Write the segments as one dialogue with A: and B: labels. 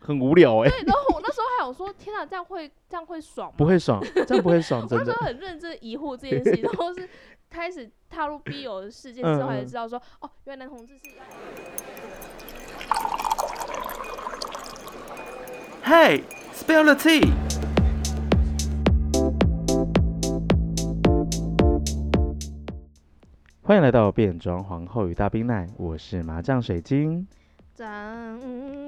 A: 很无聊哎、
B: 对，然后我那时候还想说，天啊，这样会这样会爽吗？
A: 不会爽，这样不会爽，
B: 我
A: 真
B: 那时
A: 的
B: 候。很认真疑惑这 件事，情，然后是开始踏入 B 友的世界之
A: 嗯
B: 后，才
A: 嗯
B: 知道说，哦，原来男同志是一样
C: 嘿 s p i l l the tea。
A: 欢迎来到变装皇后与大冰奶，我是麻将水晶。
B: 残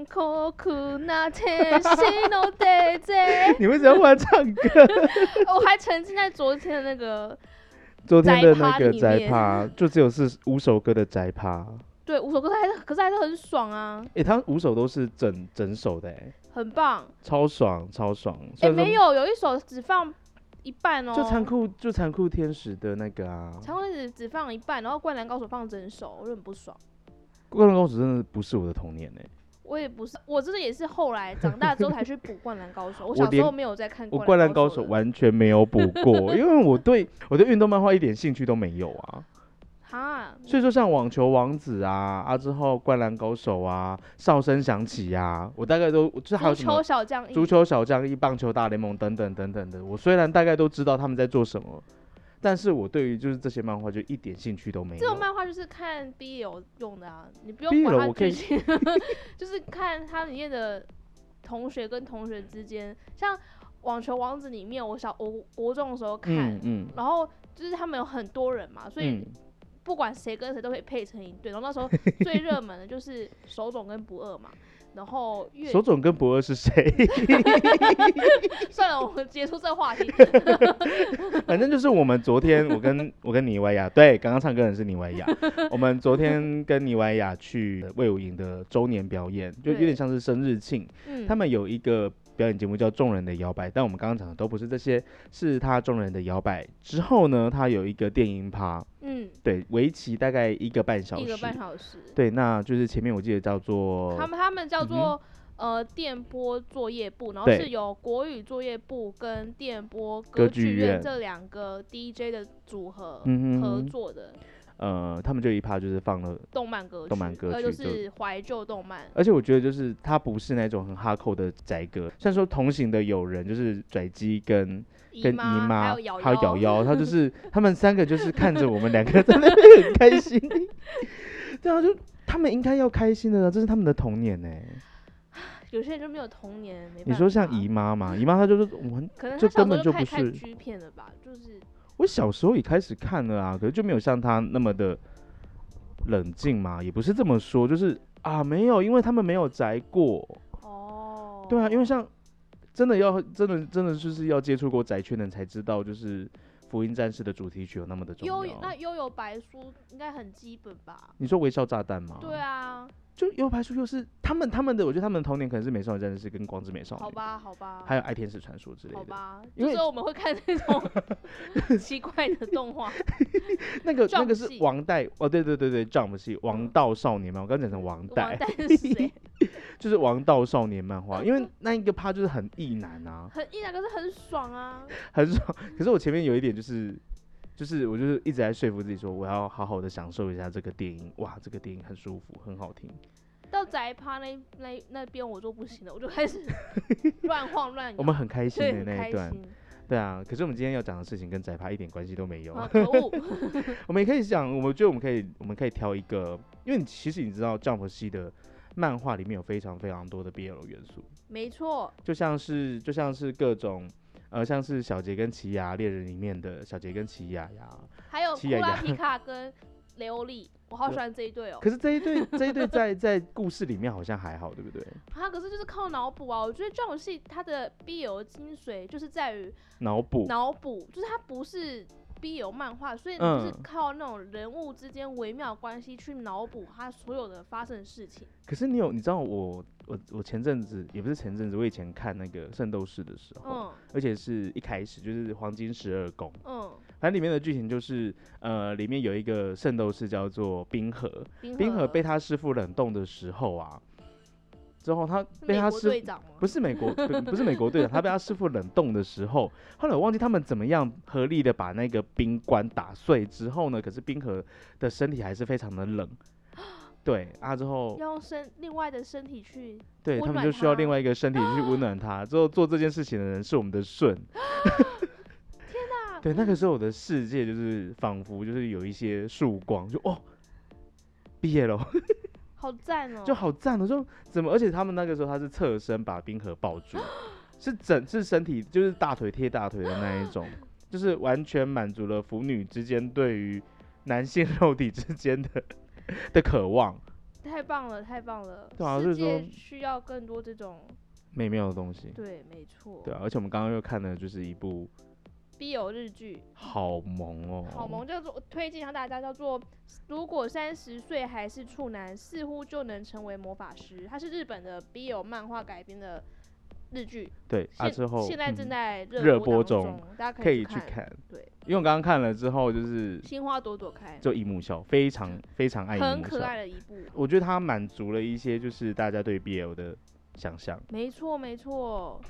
B: 酷苦那天心都得醉。
A: 你为什么要忽然唱 歌？
B: 我还沉浸在昨天的那个
A: 昨天的那个
B: 宅趴里
A: 宅
B: 面
A: 趴，就只有是五首歌的宅趴。
B: 对五首歌，还是可是还是很爽啊，
A: 哎、他五首都是整整首的、欸，
B: 很棒。
A: 超爽，超爽。
B: 哎、
A: 虽然说
B: 没有，有一首只放一半哦，
A: 就残酷，就残酷天使的那个啊，
B: 残酷天使只放一半，然后灌篮高手放整首，我就很不爽。
A: 《灌篮高手》真的不是我的童年哎、
B: 我也不是，我真的也是后来长大之后才去补《灌篮高 手》，我
A: 我
B: 小时
A: 连
B: 候没有在看
A: 我《
B: 灌
A: 灌篮高
B: 手
A: 手》
B: 的
A: 完全没有补 过，因为我对我对运动漫画一点兴趣都没有啊。
B: 哈，
A: 所以说，像《网球王子》啊，啊之后《灌篮高手》啊，《哨声响起》啊，我大概都就是还有
B: 足
A: 什
B: 球
A: 么
B: 小将一
A: 足球小将、一棒球大联盟等等等等的。我虽然大概都知道他们在做什么，但是我对于就是这些漫画就一点兴趣都没
B: 这种
A: 有。嗯
B: 漫画就是看 BL 用的啊，你不用
A: BL
B: 管它
A: 我可
B: 剧
A: 以
B: 情， 就是看它里面的同学跟同学之间，像《网球王子》里面，我小我国中的时候看，
A: 嗯嗯
B: 然后就是他们有很多人嘛，所以
A: 嗯，
B: 不管谁跟谁都可以配成一对。然后 那时候最热门的就是手冢跟不二嘛，然后月
A: 手冢跟博二是谁？
B: 算了，我们结束这个话题。
A: 反正就是我们昨天，我 跟我跟倪维雅，对，刚刚唱歌的人是倪维雅。我们昨天跟倪维雅去呃魏武营的周年表演，就有
B: 对
A: 点像是生日庆。
B: 嗯，
A: 他们有一个表演节目叫《众人的摇摆》，但我们刚刚讲的都不是这些，是他《众人的摇摆》之后呢，他有一个电音趴，
B: 嗯，
A: 对，为期大概一个半小时。
B: 一个半小时。
A: 对，那就是前面我记得叫做
B: 他们他们叫
A: 嗯哼
B: 做、呃电波作业部，然后
A: 对
B: 是由国语作业部跟电波
A: 歌
B: 歌
A: 剧
B: 剧院
A: 院
B: 这两个 DJ 的组合
A: 嗯哼
B: 合
A: 哼
B: 作的
A: 呃，他们就一趴就是放了
B: 动漫歌曲，
A: 动漫歌
B: 呃就
A: 曲就是
B: 怀旧动漫。
A: 而且我觉得就是它不是那种很哈扣的宅歌，虽然说同行的友人就是拽鸡跟跟姨
B: 妈还
A: 妈
B: 有瑶
A: 还有
B: 瑶
A: 瑶， 瑶，他就是他们三个就是看着我们两个 在那边很开心， 对啊，就他们应该要开心的啊，这是他们的童年呢、
B: 有些人就没有童年，没
A: 你
B: 办
A: 说像
B: 法
A: 姨，妈嘛，姨妈她就是我们，
B: 可能
A: 这
B: 他小
A: 根
B: 时
A: 本就
B: 候就开
A: 不
B: 始看
A: 是
B: G 片了吧？就是
A: 我小时候也开始看了啊，可是就没有像她那么的冷静嘛，也不是这么说，就是啊没有，因为他们没有宅过。
B: 哦，
A: 对啊，因为像真的要真的真的就是要接触过宅圈的人才知道，就是《福音战士》的主题曲有那么的重
B: 悠
A: 要。
B: 游那悠游白书应该很基本吧？
A: 你说微笑炸弹吗？
B: 对，啊，
A: 就《幽白书》又是他们他们的，我觉得他们的童年可能是《美少女战士》跟《光之美少女》，
B: 好，吧，好吧，
A: 还有《爱天使传说》之类
B: 好
A: 的。
B: 吧，
A: 因
B: 有
A: 为
B: 时候我们会看那 种奇怪的动画，
A: 那个那
B: Jump
A: 个是
B: 系
A: 王代哦，对对对对，Jump 系王
B: 嗯
A: 道少年漫，我刚刚讲成王
B: 王嗯
A: 代，
B: 丹是谁？
A: 就是王道少年漫画，因为那一个趴就是很意男啊，
B: 很依然可是很爽啊！
A: 很爽。可是我前面有一点就是，就是我就是一直在说服自己说，我要好好的享受一下这个电影。哇，这个电影很舒服，很好听。
B: 到宅趴那那那边我就不行了，我就 开始乱晃乱摇，
A: 我们很开心
B: 对
A: 的
B: 很
A: 那
B: 开
A: 一段，
B: 心，
A: 对啊。可是我们今天要讲的事情跟宅趴一点关系都没有。
B: 啊可恶！
A: 我们也可以讲，我们觉得我们可以，我们可以挑一个，因为你其实你知道 Jump 系的漫画里面有非常非常多的 BL 元素，
B: 没错，
A: 就像是就像是各种。呃，像是小杰跟奇亚猎人里面的小杰跟奇亚呀，
B: 还有库
A: 七眼
B: 拉
A: 羊
B: 皮卡跟雷欧利，我好喜欢这一对哦。
A: 可是这一对这一对在在故事里面好像还好，对不对？
B: 他啊可是就是靠脑补啊！我觉得这种戏它的 BL 精髓就是在于
A: 脑补，
B: 脑补，就是它不是 BL 漫画，所以你就是
A: 嗯
B: 靠那种人物之间微妙的关系去脑补它所有的发生的事情。
A: 可是你有，你知道我我我前阵子也不是前阵子，我以前看那个《圣斗士》的时候，
B: 嗯
A: 而且是一开始就是黄金十二宫，
B: 嗯，
A: 反正里面的剧情就是，呃，里面有一个圣斗士叫做冰河，
B: 冰
A: 冰河
B: 河
A: 被他师傅冷冻的时候啊，之后他
B: 是
A: 被
B: 美
A: 他
B: 国
A: 师
B: 队
A: 傅
B: 长吗？
A: 不是美国，不不是美国队长，他被他师傅冷冻的时候，后来我忘记他们怎么样合力的把那 个冰棺打碎之后呢，可是冰河的身体还是非常的冷，对啊，之后
B: 要用身另外的身体去，
A: 对他
B: 温
A: 们
B: 暖
A: 就需要
B: 它
A: 另外一个身体去温暖他。之后做这件事情的人是我们的舜。
B: 啊 那
A: 对，那个时候我的世界就是仿佛就是有一些曙光，就哦，毕业
B: 哦
A: 了，
B: 好赞哦，
A: 就好赞哦！就怎么？而且他们那个时候他是侧身把冰河抱 住，是整是身体就是大腿贴大腿的那一 种，就是完全满足了腐女之间对于男性肉体之间的 的渴望，
B: 太棒了，太棒了，
A: 对啊所
B: 世
A: 以说
B: 界需要更多这种，
A: 美妙的东西。
B: 对，没错，
A: 对啊，而且我们刚刚又看了就是一部
B: 必有日剧，
A: 好萌哦，
B: 好萌，叫做推荐让大家叫做，如果三十岁还是处男，似乎就能成为魔法师，它是日本的 BL 漫画改编的日剧，
A: 对啊，
B: 现
A: 之后
B: 现在正
A: 嗯
B: 在
A: 热
B: 热
A: 播
B: 当
A: 中
B: 中，大家
A: 可
B: 以
A: 以去
B: 看，
A: 看，
B: 对，
A: 因为我刚刚看了之后就是
B: 心花朵朵开，
A: 就一幕笑，非常非常爱一
B: 很
A: 幕
B: 可
A: 笑。
B: 爱的一部，
A: 我觉得它满足了一些就是大家对 BL 的想象，
B: 没错，没错，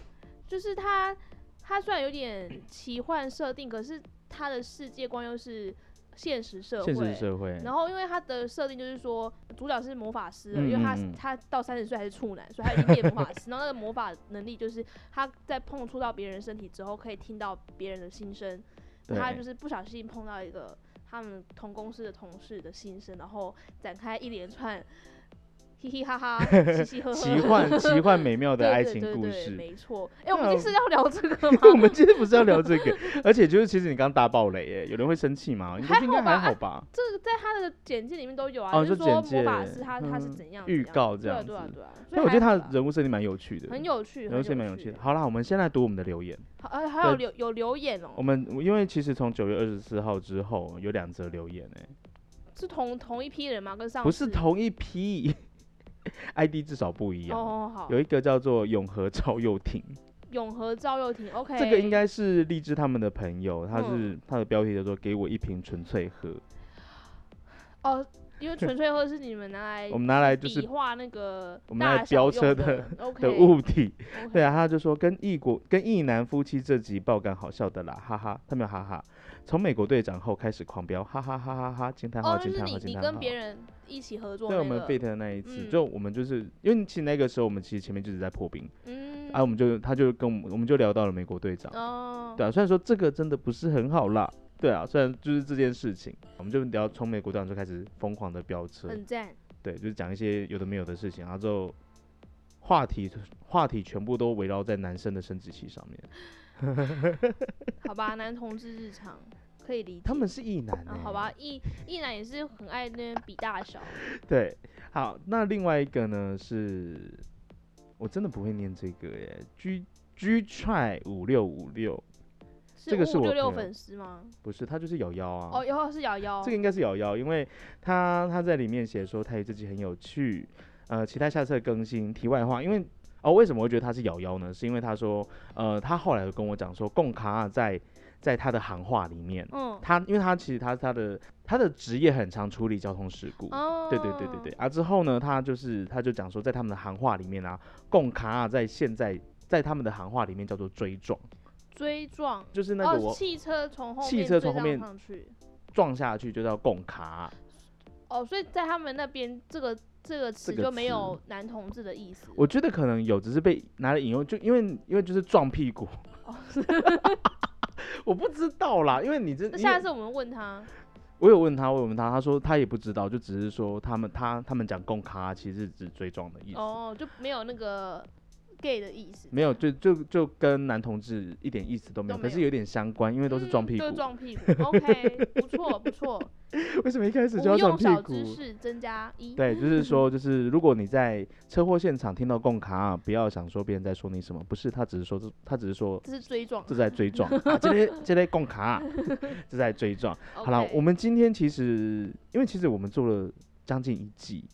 B: 就是它，它虽然有点奇幻设定，可是它的世界观又是现实社会。
A: 现实社会。
B: 然后，因为它的设定就是说，主角是魔法师了，
A: 嗯
B: 因为
A: 嗯嗯
B: 他他到三十岁还是处男，所以他已经变魔法师。然后那个魔法能力就是他在碰触到别人身体之后，可以听到别人的心声。
A: 对
B: 他就是不小心碰到一个他们同公司的同事的心声，然后展开一连串嘻嘻 哈哈、嘻嘻呵呵、
A: 奇幻奇幻美妙的
B: 对
A: 爱
B: 对
A: 情
B: 对
A: 故
B: 对
A: 事。
B: 没错。哎、
A: 那
B: 我们今天是要聊这个吗？
A: 我们今天不是要聊这 个，而且就是其实你刚大爆雷耶，有人会生气吗？应该应该还好吧？
B: 这个在他的简介里面都有啊，
A: 哦
B: 就是
A: 就
B: 说
A: 简介
B: 魔法师他、他是
A: 嗯
B: 怎样
A: 预
B: 怎样
A: 告这样
B: 对啊
A: 子
B: 对啊对啊。所以
A: 那我觉得
B: 还
A: 他
B: 好
A: 的
B: 啦
A: 人物设定蛮有趣的，
B: 很有趣，
A: 人物设定
B: 很
A: 蛮
B: 有
A: 有趣的。好啦，我们现在读我们的留言。
B: 好，呃，还有
A: 对
B: 留有留言哦、
A: 我们因为其实从九月二十四号之后有两则留言哎，
B: 是同同一批人吗？跟上
A: 不是
B: 次
A: 同一批 ，ID 至少不一
B: 哦
A: 样。
B: 哦好，
A: 有一个叫做永和赵又廷，
B: 永和赵又廷，OK，
A: 这个应该是荔枝他们的朋友，他
B: 嗯
A: 是他的标题叫做“给我一瓶纯粹喝
B: 哦，因 为纯粹喝是你们拿”，来
A: 我们拿来就是
B: 比划那个
A: 我们拿来
B: 大
A: 飙
B: 小
A: 车
B: 用
A: 的
B: 的 OK
A: 的物体。
B: OK
A: 对啊，他就说跟异国跟异男夫妻这集爆感好笑的啦，哈哈，他没有哈哈。从美国队长后开始狂飙，哈哈哈哈哈！惊叹号，
B: 哦，就
A: 惊
B: 是
A: 叹
B: 你
A: 号，惊
B: 你
A: 叹
B: 跟
A: 号！
B: 别人一起合作
A: 对，啊
B: 那
A: 我们
B: 个，
A: fit 的那一次，
B: 嗯
A: 就我们就是因为其实那个时候我们其实前面就是在破冰，
B: 嗯，
A: 啊，我们就他就跟我们我们就聊到了美国队长，
B: 哦，
A: 对啊，虽然说这个真的不是很好啦，对啊，虽然就是这件事情，我们就聊从美国队长就开始疯狂的飙车，
B: 很赞，
A: 对，就是讲一些有的没有的事情，然后之后话题话题全部都围绕在男生的生殖器上面，
B: 好吧，男同志日常可以理解。
A: 他们是异男、欸
B: 啊，好吧，，一一男也是很爱那边比大小，
A: 对，好，那另外一个呢是，我真的不会念这个耶，G G try 五六五六，这个是
B: 五
A: 我
B: 六六
A: 朋友
B: 粉丝吗？
A: 不是，他就是瑶瑶啊，
B: 哦，然后是瑶瑶，
A: 这个应该是瑶瑶，因为她她在里面写说台语这集很有趣，呃，期待下次的更新。题外话，因为哦，为什么会觉得她是瑶瑶呢？是因为她说，呃，她后来有跟我讲说，贡卡尔在在她的行话里面，
B: 嗯，
A: 她因为她其实她她的她的职业很常处理交通事故。
B: 哦，
A: 对对对对对，，啊之后呢，她就是她就讲说，在他们的行话里面啊，贡卡尔在现在在他们的行话里面叫做追撞，
B: 追撞，
A: 就是那个
B: 哦，
A: 我
B: 汽车从后面
A: 汽车
B: 追
A: 从后
B: 上
A: 面
B: 上去，
A: 撞下去就叫贡卡尔，
B: 哦，所以在他们那边这个这个词
A: 这个
B: 就没有男同志的意思，
A: 我觉得可能有，只是被拿来引用，就因为因为就是撞屁股。
B: 哦
A: 我不知道啦，因为你这
B: 那
A: 因
B: 下
A: 为
B: 次我们问他，
A: 我有问他，我有问他，他说他也不知道，就只是说他们他他们讲共咖其实是指追撞的意思，
B: 哦，就没有那个 gay 的意思，
A: 没有就就就跟男同志一点意思都没有，
B: 都没
A: 可
B: 有
A: 是有点相关，因为都是撞
B: 嗯
A: 屁股。
B: 就撞屁股，OK，不错不错，
A: 为什么一开始就
B: 无
A: 要撞
B: 用
A: 屁
B: 小
A: 股
B: 知？识增加一，
A: 对，就是 说，就是如果你在车祸现场听到共卡，不要想说别人在说你什么，不是，他只是说这，他只是说
B: 这是追撞
A: 这在追撞，啊、这类这类共卡，啊 这在追撞。好
B: ，OK。
A: 了，我们今天其实因为其实我们做了将近一季，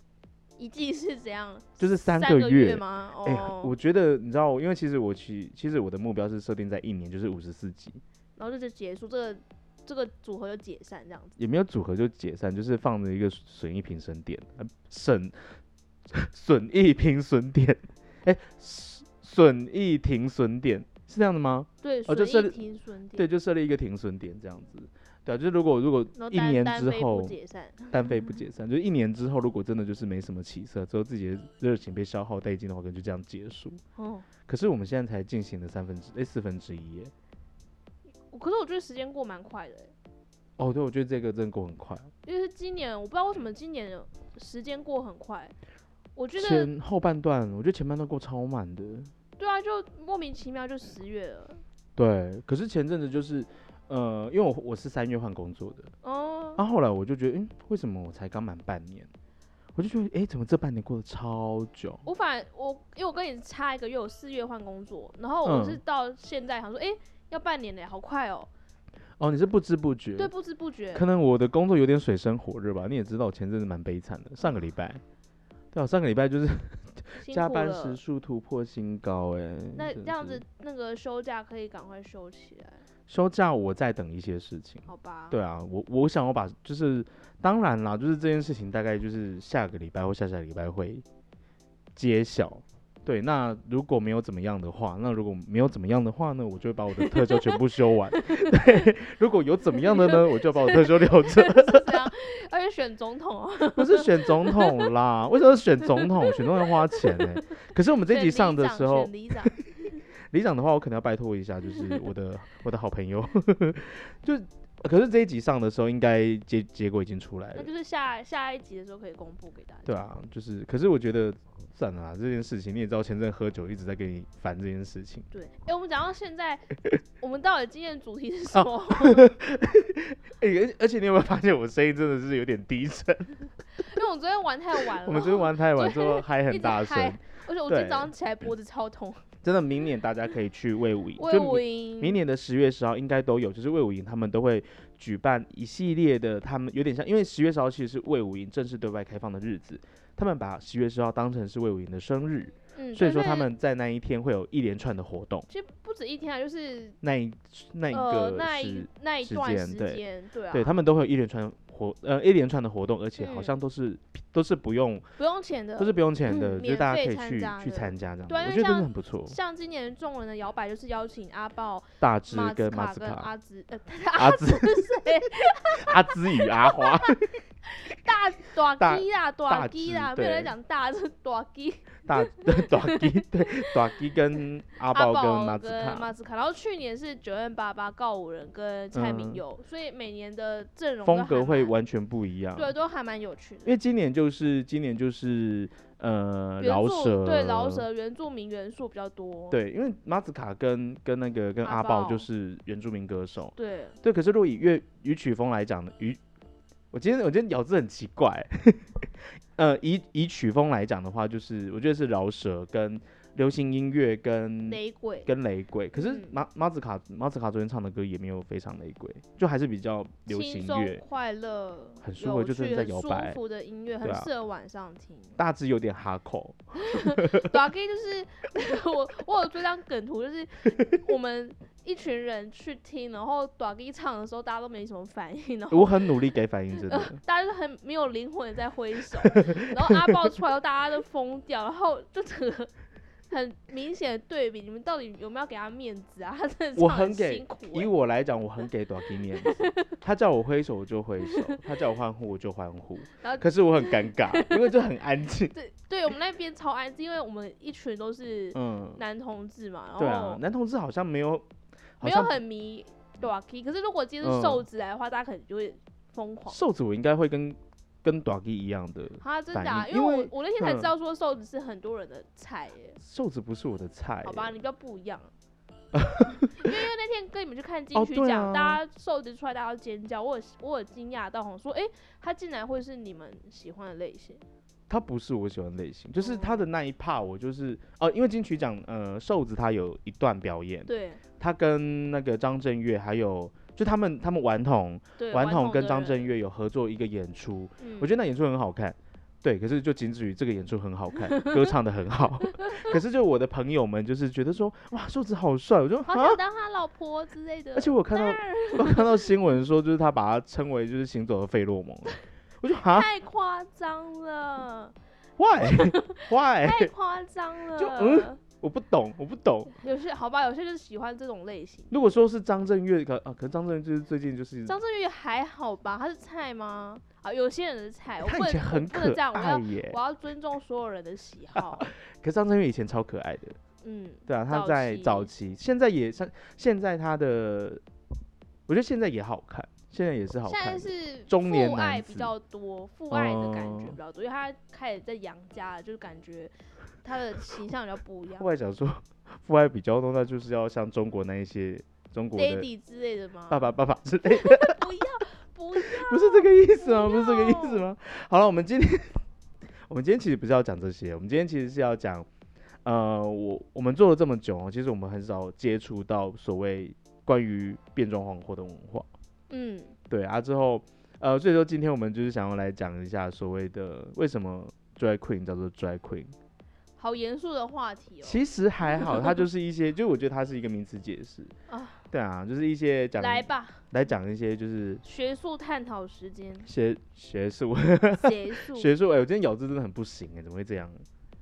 B: 一季是怎样？
A: 就是三
B: 三
A: 个
B: 月
A: 月
B: 吗？
A: 哎、
B: 哦
A: 我，觉得你知道，因为其实我其其实我的目标是设定在一年，就是五十四集，
B: 然后就就结束这个这个组合就解散这样子，
A: 也没有组合就解散，就是放着一个损益平损点，呃损 损益平损点，哎、损损益停损点是这样的吗？
B: 对，
A: 哦就
B: 损益
A: 是
B: 停损点，
A: 对，就设立一个停损点这样子。对啊，就是如果如果
B: 然后
A: 一
B: 单
A: 年
B: 单
A: 之
B: 飞不
A: 后
B: 解散，
A: 单飞不解散，就是一年之后如果真的就是没什么起色，之后自己的热情被消耗殆尽的话，可能就这样结束。
B: 哦，
A: 可是我们现在才进行了三分之哎四分之一耶，
B: 我可是我觉得时间过蛮快的欸，
A: 哦，对，我觉得这个真的过很快，
B: 因为是今年，我不知道为什么今年的时间过很快，我觉得
A: 前后半段我觉得前半段过超满的，
B: 对啊，就莫名其妙就十月了，
A: 对。可是前阵子就是呃，因为我我是三月换工作的，
B: 哦，
A: 啊，后来我就觉得，嗯，为什么我才刚满半年，我就觉得，哎、怎么这半年过得超久？
B: 我反我因为我跟你差一个月，我四月换工作，然后我
A: 嗯
B: 是到现在想说，诶，要半年嘞，好快哦，
A: 哦，你是不知不觉，
B: 对，不知不觉，
A: 可能我的工作有点水深火热吧。你也知道，我前阵子蛮悲惨的，上个礼拜，对啊，上个礼拜就是
B: 辛
A: 加
B: 苦
A: 班
B: 了
A: 时数突破新高、哎，
B: 那
A: 真
B: 这样
A: 是
B: 子，那个休假可以赶快休起来，
A: 休假我在等一些事情。
B: 好吧？
A: 对啊，我我想要把就是，当然啦，就是这件事情大概就是下个礼拜或下下礼拜会揭晓。对，那如果没有怎么样的话，那如果没有怎么样的话呢，我就会把我的特休全部休完。 对，如果有怎么样的呢，我就把我特休留着。
B: 是这 样，而且选总统哦，
A: 不是选总统啦，为什么选总统？选总统要花钱呢、可是我们这
B: 选
A: 集
B: 里
A: 上的
B: 长
A: 时候
B: 选，里长，
A: 里长的话，我可能要拜托一下，就是我 的我的好朋友。就可是这一集上的时候，应该结结果已经出来了
B: 那。就是下下一集的时候可以公布给大家。
A: 对啊，就是，可是我觉得算了啦，这件事情你也知道，前阵喝酒一直在跟你烦这件事情。
B: 对，哎、我们讲到现在， 我们到底今天的主题是什
A: 哦
B: 么？
A: 哎、而而且你有没有发现我声音真的是有点低 沉？
B: 因为我昨天玩太晚了，
A: 我们昨天玩太晚之后嗨
B: 一
A: 很
B: 直
A: 大声
B: 嗨，而且我今天
A: 对
B: 早上起来脖子超痛，
A: 真的，明年大家可以去魏武营，
B: 我
A: 就
B: 有
A: 明
B: 赢，
A: 明年的十月十号应该都有，就是魏武营他们都会举办一系列的，他们有点像，因为十月十号其实是魏武营正式对外开放的日子，他们把十月十号当成是魏武营的生日，
B: 嗯，
A: 所以
B: 对
A: 说他。们在那一天会有一连串的活动，
B: 其实不止一天啊，就是
A: 那一那一
B: 呃
A: 个
B: 那
A: 是
B: 一。那一
A: 时
B: 段
A: 间
B: 时
A: 对
B: 间，对啊，
A: 对他们都会有一连串活呃一连串的活动，而且好
B: 嗯
A: 像都是、都是不用
B: 不用钱的
A: 都，是不用钱的，
B: 嗯
A: 就是大家可以
B: 免费
A: 去
B: 参加
A: 去
B: 的
A: 参加这样子，
B: 对啊
A: 我
B: 因
A: 觉得真
B: 为
A: 的
B: 像
A: 很不错。
B: 像今年众人的摇摆就是邀请阿豹、
A: 大志
B: 马斯
A: 跟马
B: 卡
A: 斯
B: 跟
A: 卡、
B: 阿 兹，呃，
A: 阿 兹、
B: 谁
A: 阿兹与阿花，
B: 大
A: 大
B: 大鸡啦，
A: 大
B: 大鸡啦，
A: 只
B: 没
A: 对
B: 有人讲大，是大鸡。
A: 大短基对短基跟阿
B: 阿
A: 豹跟马
B: 宝
A: 斯
B: 跟马
A: 卡，
B: 斯卡，然后去年是九万八八告五人跟蔡明
A: 嗯
B: 佑，所以每年的阵容
A: 风
B: 都
A: 格
B: 还
A: 会
B: 蛮
A: 完全不一样。
B: 对，都还蛮有趣
A: 因为
B: 的。
A: 今年就是今年就是呃
B: 原
A: 饶
B: 著
A: 舌
B: 对饶。舌原住民元素比较多。
A: 对，因为马斯卡跟跟那个跟
B: 阿
A: 阿豹就
B: 豹
A: 是原住民歌手，
B: 对，
A: 对，可是如果以粤语曲风来讲呢，语，我今天我今天咬字很奇怪、 呃，以以曲风来讲的话，就是我觉得是饶舌跟流行音乐跟
B: 雷鬼
A: 嗯跟雷鬼，可是
B: 嗯
A: 马马子卡马子卡昨天唱的歌也没有非常雷鬼，就还是比较流
B: 轻
A: 行
B: 松
A: 乐。
B: 快乐，
A: 很舒服
B: 有
A: 就真
B: 趣
A: 的在
B: 很
A: 摇
B: 舒
A: 摆
B: 服的音乐，很
A: 对啊
B: 适合晚上听。
A: 大致有点哈口，
B: 对啊，可以就是 我我有追张梗图，就是我们一群人去听，然后短歌唱的时候，大家都没什么反应，然后
A: 我很努力给反应，真 的
B: 大家就很没有灵魂的在挥手， 然后阿豹出来后大家都疯掉，然后就整个很明显的对比，你们到底有没有给他面子啊？他真的
A: 我
B: 唱得
A: 很给
B: 辛苦、
A: 以
B: 欸，
A: 我来讲，我很给 d o 面 子，他叫我挥手我就挥手，他叫我欢呼我就欢呼
B: 然，后
A: 可是我很尴 尬，因为就很安静。
B: 对，对我们那边超安静，因为我们一群都是
A: 嗯，
B: 男同志嘛，
A: 对
B: 然
A: 啊
B: 后，
A: 男同志好像没有，好
B: 没有
A: 像
B: 很迷短歌，可是如果今天
A: 嗯
B: 是瘦子来的话，大家可能就会疯狂。
A: 瘦子，我应该会跟跟短 G 一样的。
B: 啊，真的、啊，
A: 反应
B: 因为
A: 因
B: 我
A: 为
B: 我那天才
A: 嗯
B: 知道说瘦子是很多人的菜耶、
A: 瘦子不是我的菜欸、
B: 好吧，你比较不 一样。啊因为因为那天跟你们去看金
A: 哦
B: 曲
A: 对
B: 奖，
A: 啊
B: 大家瘦子出来，大家都尖叫，我有我有惊讶到，我说，哎、他竟然会是你们喜欢的类型，
A: 他不是我喜欢的类型，就是他
B: 哦
A: 的那一 part 我就是哦、因为金曲奖呃，瘦子他有一段表演，
B: 对
A: 他跟那个张震岳还有就他们他们顽童
B: 对，
A: 顽童跟
B: 的
A: 张震
B: 人，
A: 岳有合作一个演出，
B: 嗯
A: 我觉得那演出很好看。对，可是就仅止于这个演出很好看，歌唱的很 好。可是就我的朋友们就是觉得说，哇，瘦子好帅，我就
B: 好
A: 啊，
B: 想当他老婆之类的，
A: 而且我看到 我看到新闻说，就是他把它称为就是行走的费洛蒙，我就哈
B: 太夸张了，
A: why why，
B: 太夸张了，
A: 哎就嗯我不懂，我不懂。
B: 有些好吧，有些就是喜欢这种类型。
A: 如果说是张震岳，可啊，可能张震岳就是最近就是
B: 张震岳还好吧？他是菜吗？啊，有些人的菜，我
A: 哎他
B: 不
A: 以前
B: 能
A: 很
B: 不能
A: 可
B: 这样，我
A: 爱
B: 要
A: 耶
B: 我，要尊重所有人的喜 好。
A: 可是张震岳以前超可爱的，
B: 嗯，
A: 对啊，他
B: 早
A: 在
B: 期
A: 早期，现在也像现在他的，我觉得现在也好看，现在也是好
B: 现在
A: 看的，
B: 是
A: 中年
B: 父
A: 男
B: 爱比
A: 子
B: 较多，父爱的感觉
A: 哦
B: 比较多，因为他开始在养家了，就是感觉他的形象比较不一样
A: 后。来想说，父爱比较多，那就是要像中国那一些中国的啊
B: daddy 之类的吗？
A: 爸爸爸爸之类的，
B: 不要，不要，
A: 不是这个意思吗？
B: 不
A: 不是这个意思
B: 要
A: 吗？好了，我们今天 我们今天其实不是要讲这些，我们今天其实是要讲，呃，我我们做了这么久哦，其实我们很少接触到所谓关于变装皇后的文化。
B: 嗯，
A: 对啊，之后呃，所以说今天我们就是想要来讲一下所谓的为什么 drag queen 叫做 drag queen。
B: 好严肃的话题哦。
A: 其实还好，它就是一 些，就我觉得它是一个名词解释
B: 啊。
A: 对啊，就是一些讲
B: 来吧，
A: 来讲一些就是，
B: 学术探讨时间
A: 学学术
B: 结束。
A: 学术。哎、我今天咬字真的很不行哎、怎么会这样？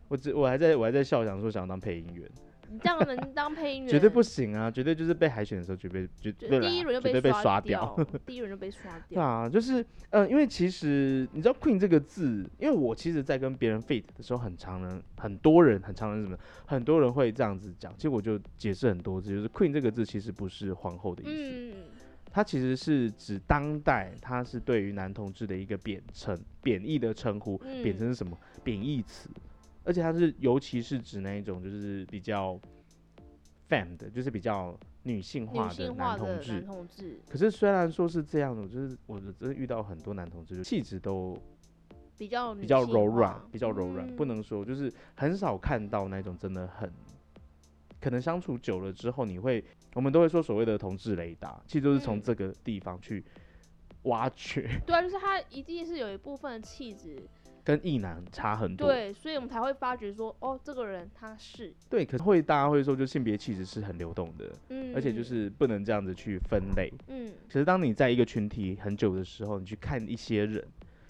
A: 我只我还在我还在笑，想说想当配音员，
B: 你这样能当配音员？
A: 绝对不行啊！绝对就是被海选的时候绝对绝
B: 就
A: 对啦
B: 第一轮就
A: 绝对被
B: 刷
A: 刷掉。，
B: 第一轮就被刷
A: 对
B: 掉。
A: 啊，就是呃，因为其实你知道 “queen” 这个字，因为我其实，在跟别人 fit 的时候，很常人，很多人，很常人是什么，很多人会这样子讲。其实我就解释很多次，就是 “queen” 这个字其实不是皇后的意思，
B: 嗯，
A: 它其实是指当代，它是对于男同志的一个贬称、贬义的称呼，贬
B: 嗯
A: 称是什么？贬义词，而且它是尤其是指那一种就是比较 fem 的，就是比较女性化
B: 女
A: 的
B: 性化
A: 男同
B: 的
A: 志
B: 男。同志
A: 可是虽然说是这样的，我就是我真的遇到很多男同志，就气质都
B: 比较
A: 比
B: 女
A: 较
B: 性
A: 柔软
B: 化，
A: 比较柔软，不
B: 嗯
A: 能说就是很少看到那种真的很，可能相处久了之后，你会我们都会说所谓的同志雷达，其实就是从
B: 嗯
A: 这个地方去挖掘，
B: 对啊，就是他一定是有一部分的气质，
A: 跟异男差很多。
B: 对，所以我们才会发觉说，哦，这个人他是，
A: 对，可是会大家会说，就性别气质是很流动的，
B: 嗯，
A: 而且就，是不能这样子去分类。
B: 嗯，
A: 其实当你在一个群体很久的时候，你去看一些人，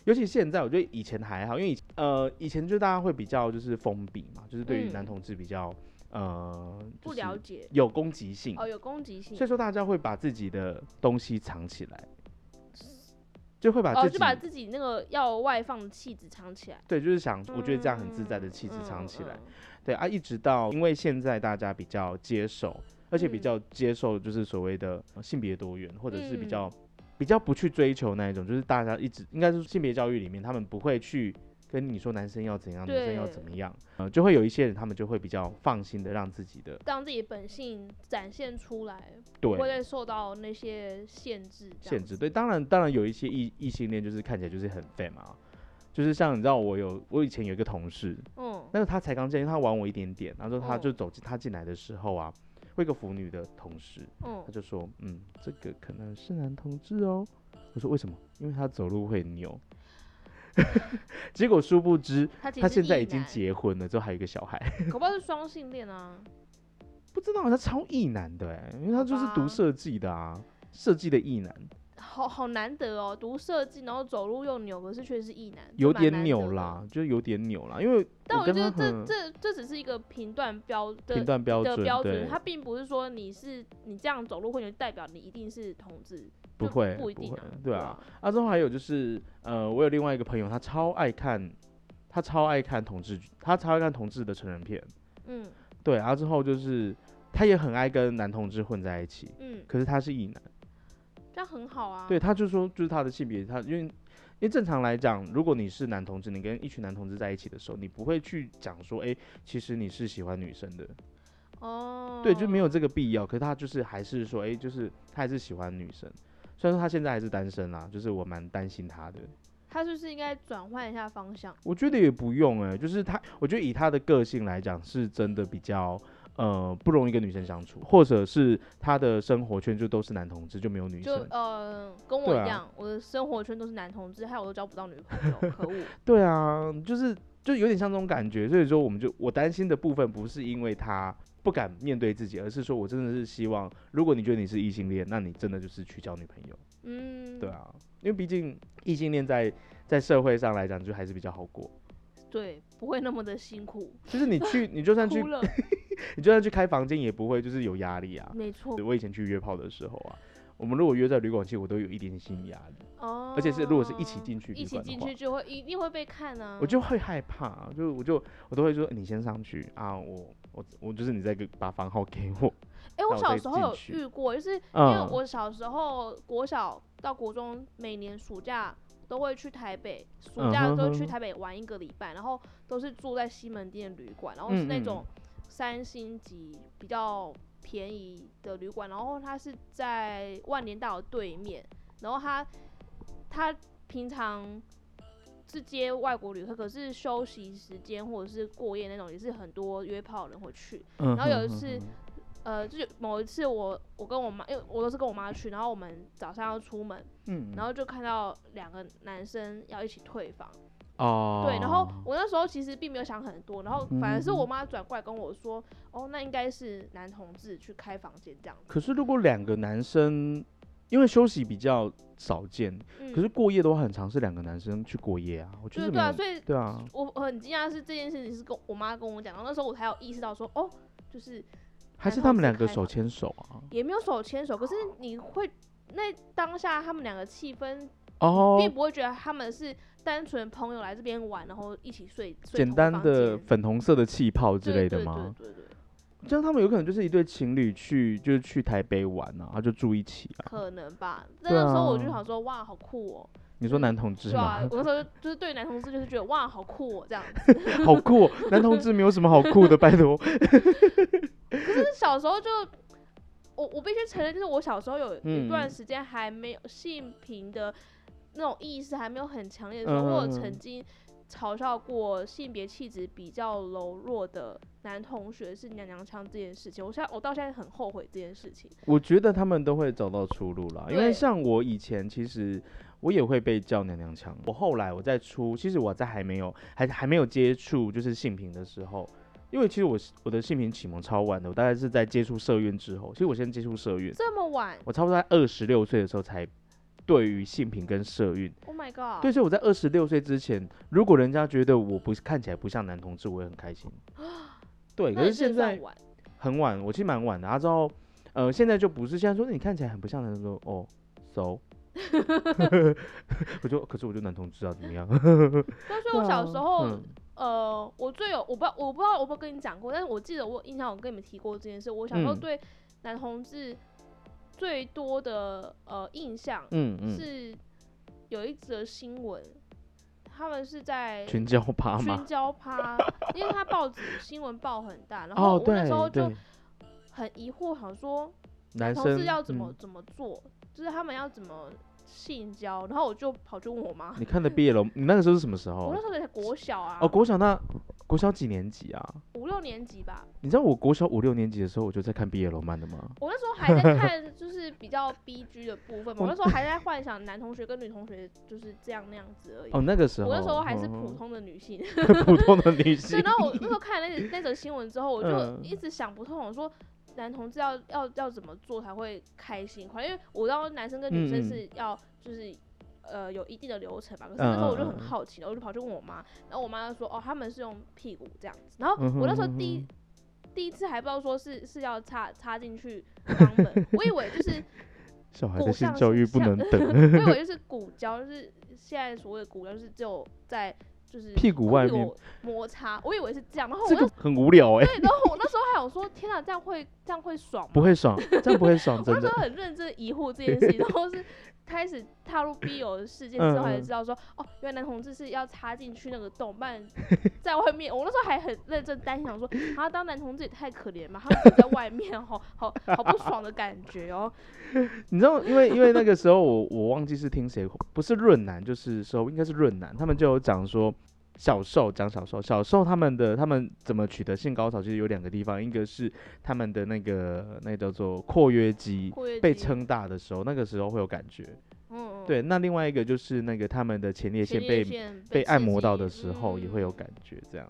A: 尤其现在，我觉得以前还好，因为以前呃以前就大家会比较就是封闭嘛，就是对于
B: 嗯
A: 男同志比较、呃
B: 不
A: 就是
B: 了解，
A: 有攻击性，
B: 哦，有攻击性
A: 所以，说大家会把自己的东西藏起来，就会把
B: 哦，
A: 自己、
B: 就把自己那个要外放的气质藏起来，
A: 对，就是想我觉得这样很自在的气质藏起来，
B: 嗯，嗯
A: 对啊，一直到因为现在大家比较接受，而且比
B: 嗯
A: 较接受就是所谓的呃性别多元，或者是比
B: 嗯
A: 较、比较不去追求那一种，就是大家一直应该是性别教育里面，他们不会去跟你说男生要怎样，女生要
B: 对
A: 怎么样，呃，就会有一些人他们就会比较放心的让自己的
B: 让自己本性展现出来，不会
A: 对
B: 再受到那些限制，这
A: 限
B: 样
A: 制。
B: 子，
A: 对，当然当然有一些异异性恋就是看起来就是很 fam 啊。就是像你知道，我有我以前有一个同事，
B: 嗯，
A: 但是他才刚进，来，他晚我一点点，然后他
B: 嗯
A: 就走进他进来的时候啊，我有一个腐女的同事，
B: 嗯
A: 他，就说，嗯，这个可能是男同志哦。我说为什么？因为他走路会扭。 结果殊不知，
B: 他其
A: 他
B: 实是
A: 现在
B: 异
A: 已经
B: 男，
A: 结婚了，之后还有一个小孩，
B: 搞不好是双性恋啊，
A: 不知道他超异男的哎，因为他就是
B: 好吧
A: 读设计的啊，设计的异男
B: 好好难得哦，读设计，然后走路又扭，可是却是异男，这
A: 有
B: 蛮
A: 点
B: 难
A: 扭
B: 得的
A: 啦，就有点扭啦，因为
B: 但我
A: 跟
B: 觉
A: 他
B: 得这
A: 很
B: 这这只是一个评断标
A: 评
B: 的
A: 断标
B: 的
A: 准
B: 标
A: 对
B: 准，它并不是说你是你这样走路会扭，代表你一定是同志，
A: 不
B: 就
A: 会
B: 不一
A: 不
B: 定
A: 会
B: 啊，
A: 对啊，啊，之后还有就是，呃，我有另外一个朋友，他超爱看，他超爱看同志剧，他超爱看同志的成人片。
B: 嗯
A: 对，然后之后就是他也很爱跟男同志混在一起，
B: 嗯，
A: 可是他是异男。
B: 这样很好啊，
A: 对，，他就说就是他的性别，他因为因为正常来讲，如果你是男同志，你跟一群男同志在一起的时候，你不会去讲说，哎，其实你是喜欢女生的，
B: 哦，
A: 对，就没有这个必要。可是他就是还是说，哎，就是他还是喜欢女生。虽然说他现在还是单身啦，就是我蛮担心他的。
B: 他是不是应该转换一下方向？
A: 我觉得也不用哎、就是他，我觉得以他的个性来讲，是真的比较呃不容易跟女生相处，或者是他的生活圈就都是男同志，就没有女
B: 就
A: 生。
B: 呃，跟我
A: 对啊
B: 一样，我的生活圈都是男同志，害我都交不到女朋友，可恶。
A: 对啊，就是就有点像这种感觉，所以说我们就我担心的部分不是因为他不敢面对自己，而是说我真的是希望，如果你觉得你是异性恋，那你真的就是去交女朋友。
B: 嗯，
A: 对，啊，因为毕竟异性恋在在社会上来讲就还是比较好过，
B: 对，不会那么的辛苦，
A: 就是你去你就算去
B: 哭了，
A: 你就算去开房间也不会就是有压力啊。
B: 没错
A: 我以前去约炮的时候啊，我们如果约在旅馆，其实我都有一点点心理压力，
B: 哦，
A: 而且是如果是一起进去
B: 一
A: 旅
B: 起
A: 馆的
B: 进
A: 话
B: 去就会一定会被看啊，
A: 我就会害怕，啊就我就我都会说你先上去啊，我我我就是你再给把房号给 我，
B: 哎、
A: 那
B: 我
A: 我
B: 小
A: 再
B: 时候
A: 进
B: 有
A: 去
B: 遇过，就是因为
A: 嗯
B: 我小时候国小到国中，每年暑假都会去台北，暑
A: 嗯
B: 假
A: 哼
B: 都会
A: 哼
B: 去
A: 哼
B: 台北玩一个礼拜，然后都是住在西门店旅馆，然后是那
A: 嗯嗯
B: 种三星级比较便宜的旅馆，然后它是在万年大楼对面，然后它它平常。是接外国旅客，可是休息时间或者是过夜那种，也是很多约炮人会去。
A: 然
B: 然后有一次，呃，就是某一次我我跟我妈，因为我都是跟我妈去，然后我们早上要出门，
A: 嗯
B: 然后就看到两个男生要一起退房，
A: 哦，嗯
B: 对，然后我那时候其实并没有想很多，然后反而是我妈转过来跟我说，哦，那应该是男同志去开房间这样子，
A: 可是如果两个男生，因为休息比较少见，
B: 嗯，
A: 可是过夜的话，很常是两个男生去过夜啊，我觉
B: 对
A: 得
B: 对啊，所以
A: 对啊，
B: 我我很惊讶是这件事情是跟我妈跟我讲，然后那时候我才有意识到说，哦，就是
A: 还
B: 男
A: 是
B: 同
A: 他们
B: 志
A: 两个
B: 开
A: 手
B: 房
A: 牵手啊，
B: 也没有手牵手，可是你会那当下他们两个气氛
A: 哦，
B: 并不会觉得他们是单纯朋友来这边玩，然后一起睡，睡
A: 简
B: 同
A: 单
B: 房
A: 的
B: 间
A: 粉红色的气泡之
B: 对
A: 类的
B: 对
A: 吗？
B: 对对对，
A: 这样他们有可能就是一对情侣去，就是去台北玩啊，然后就住一起啊。
B: 可能吧。那
A: 对
B: 个时候我就
A: 啊
B: 想说，哇，好酷哦、
A: 你说男同志
B: 对啊
A: 吗，？
B: 我那时候就就是对男同志就是觉得哇，好酷哦、这样子。
A: 好酷、哦，男同志没有什么好酷的，拜托。
B: 可是小时候就，我我必须承认，就是我小时候有一段
A: 嗯
B: 时间还没有性平的那种意识还没有很强烈的时候，
A: 嗯
B: 我有
A: 嗯嗯
B: 曾经嘲笑过性别气质比较柔弱的男同学是娘娘腔这件事情。我现在我到现在很后悔这件事情。
A: 我觉得他们都会找到出路啦，因
B: 对
A: 为像我以前其实我也会被叫娘娘腔。我后来我在出，其实我在还没有还还没有接触就是性平的时候，因为其实我是我的性平启蒙超晚的，我大概是在接触社运之后，其实我先接触社运，
B: 这么晚
A: 我差不多在二十六岁的时候才对于性平跟社运
B: ，Oh my god！
A: 对，所以我在二十六岁之前，如果人家觉得我不是看起来不像男同志，我也很开 心。对，
B: 那
A: 可
B: 你
A: 是
B: 真
A: 现
B: 的算
A: 在
B: 晚
A: 很晚，我其实蛮晚的。然后，呃，现在就不是，现在说你看起来很不像男同志，我说哦，so，我就可是我就男同志啊，怎么样？
B: 那啊所以我小时候，
A: 嗯
B: 呃，我最有我不知道我不知道我有没有跟你讲过，但是我记得我有印象我跟你们提过这件事。我小时候
A: 嗯
B: 对男同志最多的呃印象
A: 嗯嗯，
B: 是有一则新闻，他们是在
A: 群啊交趴
B: 群
A: 嘛。
B: 交趴，因为他报纸新闻报很大，然后
A: 哦，
B: 我那时候
A: 对
B: 就
A: 对，
B: 很疑惑，想说
A: 男
B: 同
A: 生
B: 志要怎么
A: 嗯
B: 怎么做，就是他们要怎么性交，然后我就跑去问我妈。
A: 你看的毕 业了，你那个时候是什么时
B: 我
A: 候
B: 那？时候才国小啊，
A: 哦哦，国小那国小几年级啊？
B: 五六年级吧。
A: 你知道我国小五六年级的时候，我就在看毕业罗曼的吗？
B: 我那时候还在 看，就是比较 B G 的部分嘛。我那时候还在幻想男同学跟女同学就是这样那样子而已。
A: 哦，那个时候，
B: 我那时候还是
A: 嗯
B: 普
A: 嗯
B: 通的女性，
A: 普通的女
B: 所以
A: 性。
B: 然后我那时候看了那则那则新闻之后，我就
A: 嗯
B: 一直想不通，我说男同志要要要怎么做才会开心快乐？因为我知道男生跟女生
A: 嗯嗯
B: 是要就是。呃，有一定的流程吧。可是那时候我就很
A: 嗯嗯嗯
B: 好奇，然后我就跑去问我妈，然后我妈就说：“哦，他们是用屁股这样子。”然后
A: 嗯哼
B: 我那时候
A: 嗯哼
B: 第一第一次还不知道说是是要插插进去肛门，我以为就是
A: 小孩
B: 骨
A: 的性
B: 上
A: 教
B: 是
A: 育不
B: 像
A: 能等，
B: 我以为就是骨胶，就是现在所谓的骨胶，就是只有在就是
A: 屁股外面
B: 摩擦，我以为是这样。然后我
A: 这
B: 那
A: 个很无聊哎、
B: 对，然后我那时候还想说，天啊，这样会这样会爽吗？
A: 不会爽，这样不会爽，
B: 我那
A: 真
B: 时
A: 的
B: 候。很认真疑惑这 件事情，然后是开始踏入 B 友的世界之
A: 嗯
B: 后，才
A: 嗯
B: 知道说，哦，原来男同志是要插进去那个洞，不然在外面。我那时候还很认真担心，想说，啊，当男同志也太可怜嘛，他们只在外面，好好好不爽的感觉哦。
A: 你知道，因为因为那个时候我我忘记是听谁，不是润南就是说应该是润南，他们就有讲说小受讲小受，小受他们的他们怎么取得性高潮，其实有两个地方，一个是他们的那个那个叫做括约肌
B: 括约
A: 被
B: 肌，
A: 撑大的时候，那个时候会有感觉。
B: 嗯，嗯，
A: 对，那另外一个就是那个他们的前列
B: 前
A: 腺被
B: 列腺
A: 被
B: 刺
A: 按摩
B: 激
A: 到的时候也会有
B: 嗯
A: 感觉，这样。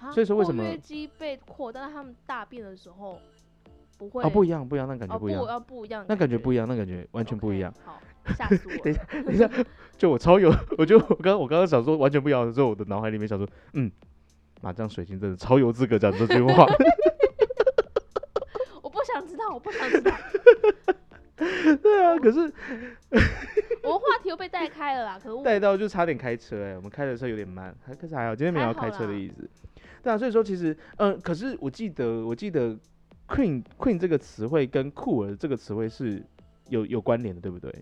B: 啊
A: 所以说为什么
B: 括约肌被扩，但是他们大便的时候不会
A: 哦，不一样，不一样，那感觉
B: 哦
A: 不
B: 不
A: 一样，
B: 要不一样的，
A: 那感觉不
B: 一
A: 一样，那感觉完全不一样。。
B: 好，吓死我
A: 等一
B: 了！
A: 等一下，就我超有， 我就我刚我刚刚想说完全不一样的时候，我的脑海里面想说，嗯，麻将水晶真的超有资格讲这句话。
B: 知道，我不想知道。
A: 对啊，可 是
B: 我们话题又被带开了啦，可恶！
A: 带到就差点开车哎、我们开的车有点慢，还可是还好，今天没有要
B: 还好
A: 开车的
B: 啦
A: 意思。对啊，所以说其实，嗯、可是我记得，我记得 “queen queen” 这个词汇跟酷儿这个词汇是有有关联的，对不对？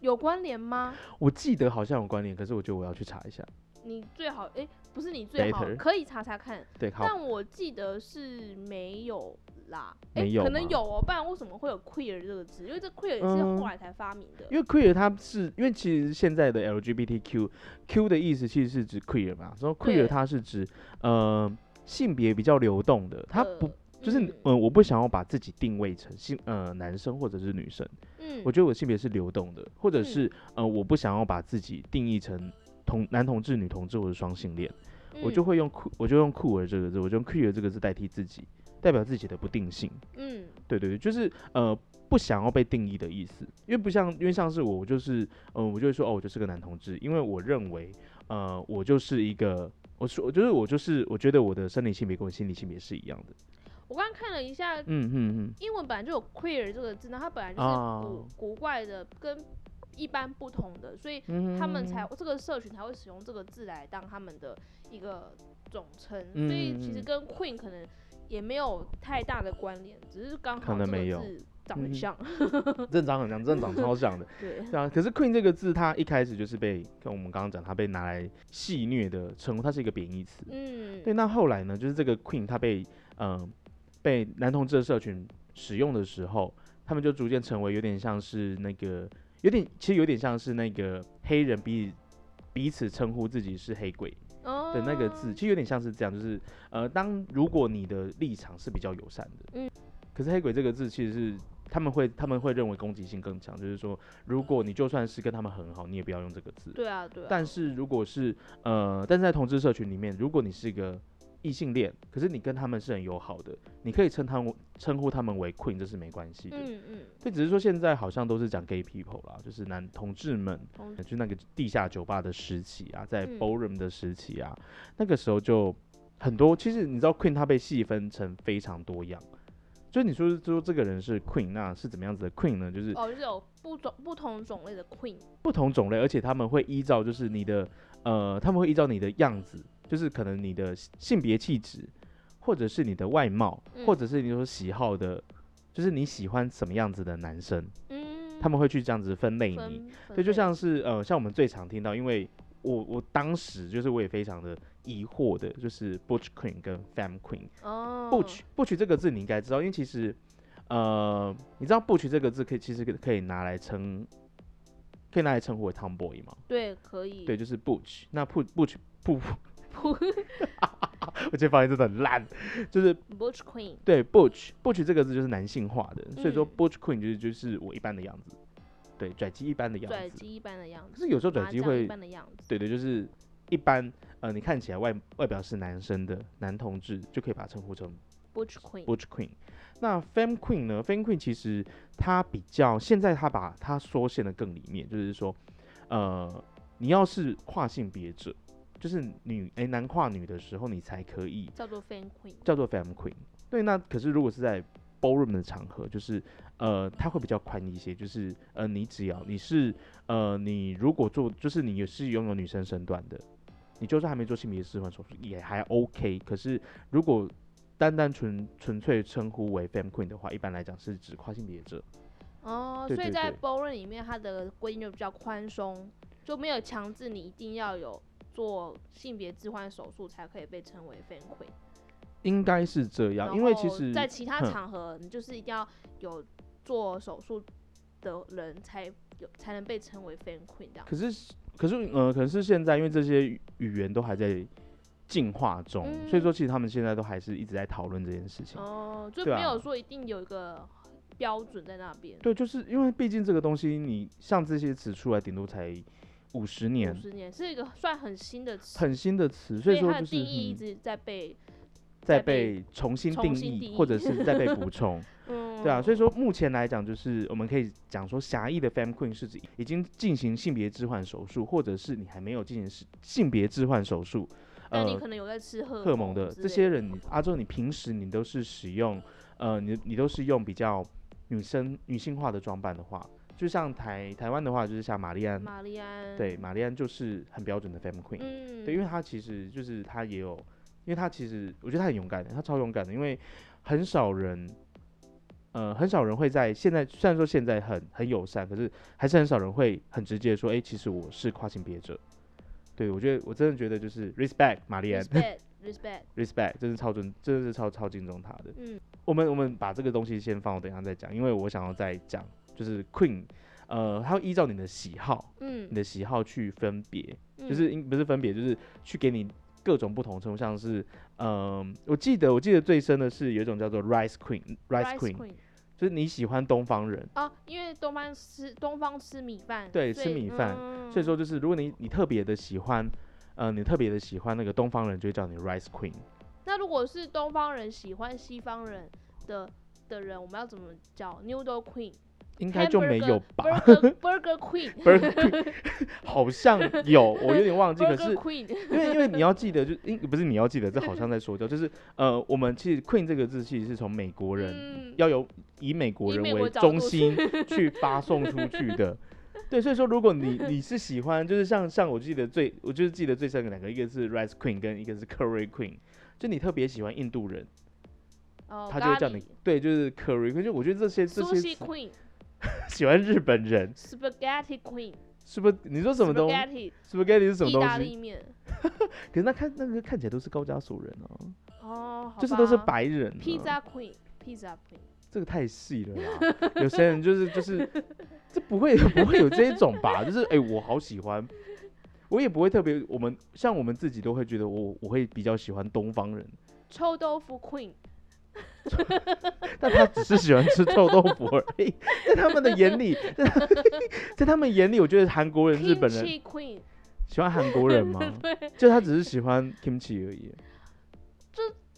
B: 有关联吗？
A: 我记得好像有关联，可是我觉得我要去查一下。
B: 你最好，诶，不是你最好
A: Better，
B: 可以查查看。
A: 对，好，
B: 但我记得是没有啦，诶，
A: 没有
B: 可能
A: 吗
B: 有哦，不然为什么会有 queer 这个字？因为这 queer 也是
A: 嗯
B: 后来才发明的。
A: 因为 queer 它是因为其实现在的 LGBTQ Q 的意思其实是指 queer 嘛，然后 queer
B: 对
A: 它是指呃性别比较流动的，它不、
B: 呃
A: 就是嗯、呃我不想要把自己定位成性呃男生或者是女生，
B: 嗯，
A: 我觉得我性别是流动的，或者
B: 嗯
A: 是呃我不想要把自己定义成同男同志、女同志或者双性恋，
B: 得
A: 我就会用酷我就用酷儿这个字，我就用 queer 这个字代替自己，代表自己的不定性。
B: 嗯
A: 对对对，就是呃不想要被定义的意思，因为不像因为像是我，我就是呃我就会说哦我就是个男同志，因为我认为呃我就是一个我说我就是我就是我觉得我的生理性别跟我心理性别是一样的，
B: 我刚刚看了一下，
A: 嗯嗯
B: 英文本来就有 queer 这个字，那它本来就是古、
A: 啊
B: 古怪的，跟一般不同的，所以
A: 嗯，
B: 他们才、这个社群才会使用这个字来当他们的一个总称，
A: 嗯
B: 所以其
A: 嗯
B: 实跟 queen 可能也没有太大的关联，只是刚
A: 可
B: 好
A: 能
B: 这
A: 没有
B: 个字长得
A: 嗯
B: 很像，
A: 正常很像正常超像的，
B: 对，
A: 对啊，可是 queen 这个字，它一开始就是被跟我们刚刚讲，它被拿来戏谑的称呼，它是一个贬义词。
B: 嗯，
A: 对，那后来呢，就是这个 queen 它被嗯、呃被男同志的社群使用的时候，他们就逐渐成为有点像是那个有点其实有点像是那个黑人彼彼此称呼自己是黑鬼
B: 哦
A: 的那个字，，其实有点像是这样，就是呃，当如果你的立场是比较友善的，
B: 嗯，
A: 可是黑鬼这个字其实是。他们会他们会认为攻击性更强，就是说，如果你就算是跟他们很好，你也不要用这个字。
B: 对啊对啊，
A: 但是如果是呃，但是在同志社群里面，如果你是一个异性恋，可是你跟他们是很友好的，你可以称他们称呼他们为 queen，这是没关系的。
B: 嗯嗯，
A: 对，只是说现在好像都是讲 gay people 啦，就是男同志们，
B: 同
A: 就那个地下酒吧的时期啊，在
B: 嗯
A: ballroom 的时期啊，那个时候就很多。其实你知道 queen 它被细分成非常多样，就是你说说这个人是 queen，那是怎么样子的 queen 呢？就是
B: 哦就是有不种不同种类的 queen，
A: 不同种类，而且他们会依照就是你的呃，他们会依照你的样子，就是可能你的性性别气质，或者是你的外貌，
B: 嗯
A: 或者是你所喜好的，就是你喜欢什么样子的男生，
B: 嗯，
A: 他们会去这样子分类你。
B: 分分
A: 对，就
B: 类
A: 像是呃，像我们最常听到，因为我我当时就是我也非常的疑惑的，就是 butch queen 跟 femme queen。
B: 哦
A: butch butch 这个字你应该知道，因为其实呃，你知道 butch 这个字可以其实可以可以拿来称，可以拿来称呼为 tomboy 吗？
B: 对可以
A: 对，就是 butch。那 put butch 不，
B: 不
A: 我觉得发音真的很烂，就是
B: butch queen，
A: 对 butch butch 这个字就是男性化的，所以说
B: 嗯
A: butch queen 就是就是我一般的样子，对，拽鸡一般的
B: 拽
A: 样子。
B: 鸡一般的样子，
A: 可是有时候拽
B: 麻
A: 鸡
B: 将一
A: 会，
B: 般的样子，
A: 对对，就是一般呃，你看起来外外表是男生的男同志就可以把它称呼成
B: butch queen，
A: Butch Queen。那 Femme Queen 呢？Femme Queen 其实它比较现在它把它缩限的更里面，就是说，呃，你要是跨性别者，就是女诶、男跨女的时候，你才可以
B: 叫做 fan queen，
A: 叫做 Femme Queen。对，那可是如果是在 ballroom 的场合，就是呃，它会比较宽一些，就是呃，你只要你是呃，你如果做就是你也是拥有女生身段的，你就算还没做性别置换手术也还 OK。可是如果单单纯纯粹称呼为 femme queen 的话，一般来讲是指跨性别者。
B: 哦，
A: 对
B: 所以
A: 对
B: 在
A: 对
B: ballroom 里面，它的规定就比较宽松，就没有强制你一定要有做性别置换手术才可以被称为 fan queen，
A: 应该是这样，
B: 然
A: 啊因为
B: 后
A: 其实
B: 在其他
A: 哼
B: 场合，你就是一定要有做手术的人才有才能被称为 fan queen 这样。
A: 可是可是呃，可是现在因为这些语语言都还在进化中，所以
B: 嗯
A: 说其实他们现在都还是一直在讨论这件事情。
B: 哦，就
A: 对
B: 没
A: 啊
B: 有说一定有一个标准在那边。
A: 对，就是因为毕竟这个东西，你像这些词出来，顶多才五十年
B: 五，十年是一个算很新的词，
A: 啊很新的词，所
B: 所
A: 以
B: 以
A: 说
B: 它
A: 就
B: 的
A: 是
B: 定义一
A: 嗯
B: 直在被，
A: 在
B: 在被
A: 被重新
B: 重
A: 定
B: 新
A: 义，
B: 定
A: 或者
B: 义
A: 是在被补 充。
B: 嗯，
A: 对啊，所以说目前来讲，就是我们可以讲说，狭义的 femme queen 是指已经进行性别置换手术，或者是你还没有进行是性别置换手术，
B: 但你
A: 呃，
B: 可能有在吃荷
A: 荷尔蒙的
B: 之
A: 这
B: 类
A: 些人，阿周，你平时你都是使用呃，你你都是用比较女生女性化的装扮的话，就像台台湾的话，就是像玛丽安，
B: 玛丽安，
A: 对，，玛丽安就是很标准的 fam queen，、
B: 嗯，
A: 对，因为她其实就是她也有，因为她其实我觉得她很勇敢的，她超勇敢的，因为很少人，呃，很少人会在现在虽然说现在很很友善，可是还是很少人会很直接地说，哎、其实我是跨性别者。对，我觉得我真的觉得就是 respect 玛丽安
B: respect respect，
A: ，respect 真是超尊，真的是超超敬重她的。
B: 嗯，
A: 我们我们把这个东西先放，等一下再讲，因为我想要再讲就是 queen，呃，它会依照你的喜好，你
B: 嗯，
A: 的喜好去分别。就
B: 嗯
A: 是应不是分别，就是去给你各种不同称呼，像是嗯，我记得我记得最深的是有一种叫做 Rice Queen，Rice Queen，
B: Queen
A: 就是你喜欢东方人，
B: 啊，因为东方吃东方吃米饭，
A: 对
B: 所
A: 吃
B: 以
A: 米饭
B: 嗯、
A: 所以说就是如果你你特别的喜欢，呃，你特别的喜欢那个东方人，就会叫你 Rice Queen。
B: 那如果是东方人喜欢西方人的的人，我们要怎么叫 Noodle Queen？
A: 应该就没有吧
B: Hamburger- Burger Burger Queen。
A: ？Burger Queen 好像有，我有点忘记，可
B: Burger
A: 是
B: Queen，
A: 因为因为你要记得，就因不是你要记得，这好像在说教，就是呃，我们其实 Queen 这个字其实是从美国人
B: 嗯，
A: 要有以美国
B: 以
A: 人
B: 美
A: 为
B: 国角
A: 中
B: 度
A: 心 去发送出去 的。对，所以说如果你你是喜欢，就是像像我记得最，我就是记得最深的两个，一个是 Rice Queen 跟一个是 Curry Queen，就你特别喜欢印度人，
B: 哦，
A: 他就会叫你对，就是 Curry Queen。就我觉得这些这
B: 苏西
A: 些
B: Queen、
A: 喜欢日本人，
B: Spaghetti Queen，
A: 是不是？你说什么东
B: Spaghetti
A: ？Spaghetti 是什么
B: 意
A: 东
B: 大
A: 西？
B: 利面？
A: 可是那看那个看起来都是高加索人哦、
B: 哦，好
A: 就是都是
B: 吧
A: 白人、啊。
B: Pizza Queen，Pizza Queen。
A: 这个太细了啦，有些人就是就是，这不会不会有这一种吧？就是哎、我好喜欢，我也不会特别，我们像我们自己都会觉得我我会比较喜欢东方人，
B: 臭豆腐 Queen，
A: 但他只是喜欢吃臭豆腐而已，在他们的眼里，在他在他们眼里，我觉得韩国人、日本人
B: Kimchi Queen，
A: 喜欢韩国人 吗？就他只是喜欢 kimchi 而已。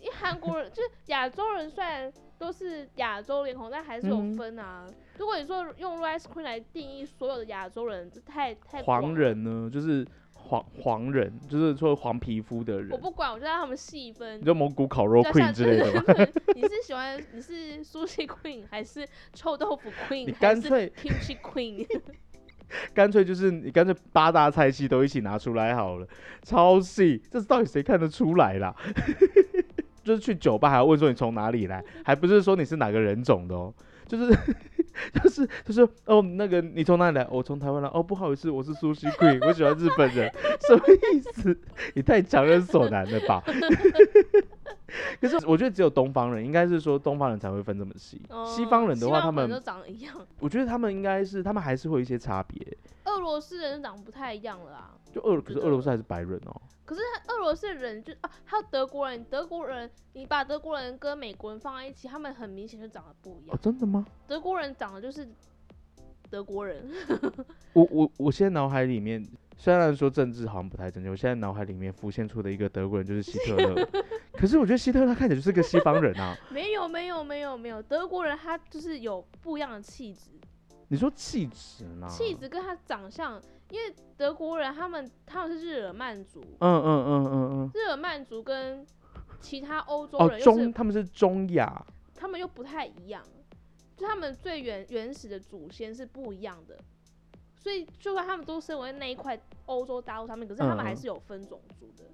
B: 因为韩国人就是亚洲人，虽然都是亚洲脸孔，但还是有
A: 嗯
B: 分啊。如果你说用 rice queen 来定义所有的亚洲人，这太太广
A: 黄
B: 了，
A: 人呢，就是黄黄人，就是说黄皮肤的
B: 我
A: 人，
B: 不管，我就让他们细分
A: 你。说蒙古烤肉
B: 就像
A: queen 之类的吗？
B: 对 你是喜欢你是苏西 queen 还是臭豆腐 queen？
A: 你
B: 还
A: 干
B: 是
A: 脆
B: kimchi queen，
A: 干脆就是你干脆八大菜系都一起拿出来好了，超细，这到底谁看得出来啦？ 就是去酒吧还要问说你从哪里来，哦还不是说你是哪个人种的哦，就是 就是就是哦那个你从哪里来？我、从台湾来。哦不好意思，我是苏西 queen，我喜欢日本人，什么意思？你太强人所难了吧？ 可是我觉得只有东方人，应该是说东方人才会分这么细，
B: 哦
A: 西方人的话，
B: 西
A: 他
B: 方人
A: 们
B: 都长得一样，
A: 我觉得他们应该是他们还是会有一些差别。
B: 俄罗斯人就长得不太一样了啊。
A: 就俄，可是
B: 真的
A: 俄罗斯还是白人哦、
B: 俄罗斯人就啊，还有德国人，德国人，你把德国人跟美国人放在一起，他们很明显就长得不一
A: 哦，
B: 样。
A: 真的吗？
B: 德国人长得就是德国人，
A: 我我我现在脑海里面，虽然说政治好像不太正确，我现在脑海里面浮现出的一个德国人就是希特 勒，可是我觉得希特勒他看起来就是个西方人啊。
B: 没有没有没有没有，德国人他就是有不一样的气质，
A: 你说气质啊呢？
B: 气，质跟他长相，因为德国人他们他们是日耳曼族，
A: 嗯嗯嗯嗯嗯，
B: 日耳曼族跟其他欧洲
A: 哦，
B: 人又是、
A: 中他们是中亚，
B: 他们又不太一样，就他们最原原始的祖先是不一样的，所以就算他们都生活在那一块欧洲大陆上面，可是他们还
A: 嗯
B: 是有分种族的，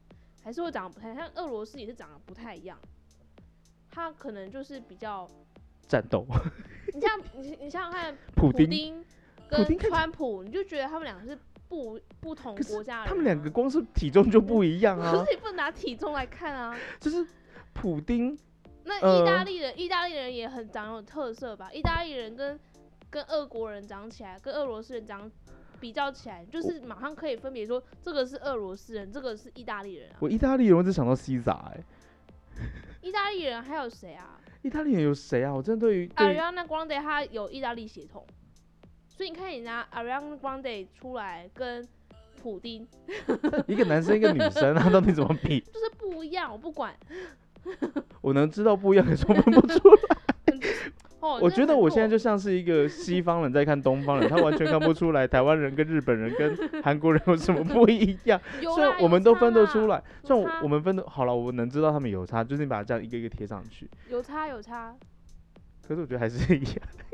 B: 还是会长得不太像俄罗斯也是长得不太一样，他可能就是比较，
A: 战斗，
B: 你像 你你想想看，
A: 普
B: 普
A: 丁，
B: 丁
A: 普丁看
B: 跟
A: 起来
B: 川普，你就觉得他们两个是不不同
A: 可是
B: 国家的人啊，
A: 他们两个光是体重就不一样啊
B: 可，是你不能拿体重来看啊，
A: 就是普丁
B: 那
A: 呃
B: 意大利人，意大利人也很长有特色吧？意大利人跟跟俄国人长起来，跟俄罗斯人长比较起来，就是马上可以分别说这个是俄罗斯人，这个是意大利人啊。
A: 我意大利人我只想到 C 咋哎，
B: 意大利人还有谁啊
A: 意大利人有谁啊？我真的对于对于
B: ？Ariana Grande 她有意大利血统，所以你看你拿 Ariana Grande 出来跟普丁
A: 一个男生一个女生啊，到底怎么比？
B: 就是不一样，我不管。
A: 我能知道不一样，可是我分不出来。
B: 哦，
A: 我
B: 真
A: 觉
B: 的
A: 得
B: 很
A: 我现在
B: 弱
A: 就像是一个西方人在看东方人，他完全看不出来台湾人跟日本人 跟韩国人有什么不一样。
B: 有
A: 虽
B: 啦
A: 然我们都分得出，来，
B: 有
A: 虽然
B: 差
A: 我我们分得好了，我能知道他们有差，就是你把它这样一个一个贴上去。
B: 有差啦有差有差，
A: 可是我觉得还是一样，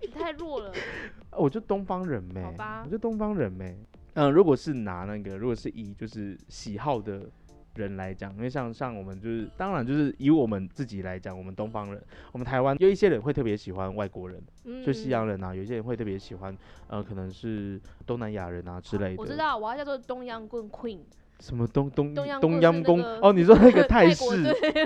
B: 你太弱了。
A: 啊我就东方人呗、
B: 好吧
A: 我就东方人呗、嗯，如果是拿那个，如果是以就是喜好的人来讲，因为像像我们就是，当然就是以我们自己来讲，我们东方人，我们台湾有一些人会特别喜欢外国人，
B: 嗯，
A: 就西洋人啊，有一些人会特别喜欢，呃，可能是东南亚人啊之类的。
B: 我知道，我要叫做东洋棍 Queen，
A: 什么东东
B: 东洋
A: 东
B: 棍
A: 央
B: 是那
A: 宫、
B: 个
A: 哦，你说那个 泰
B: 泰
A: 式
B: 国，对，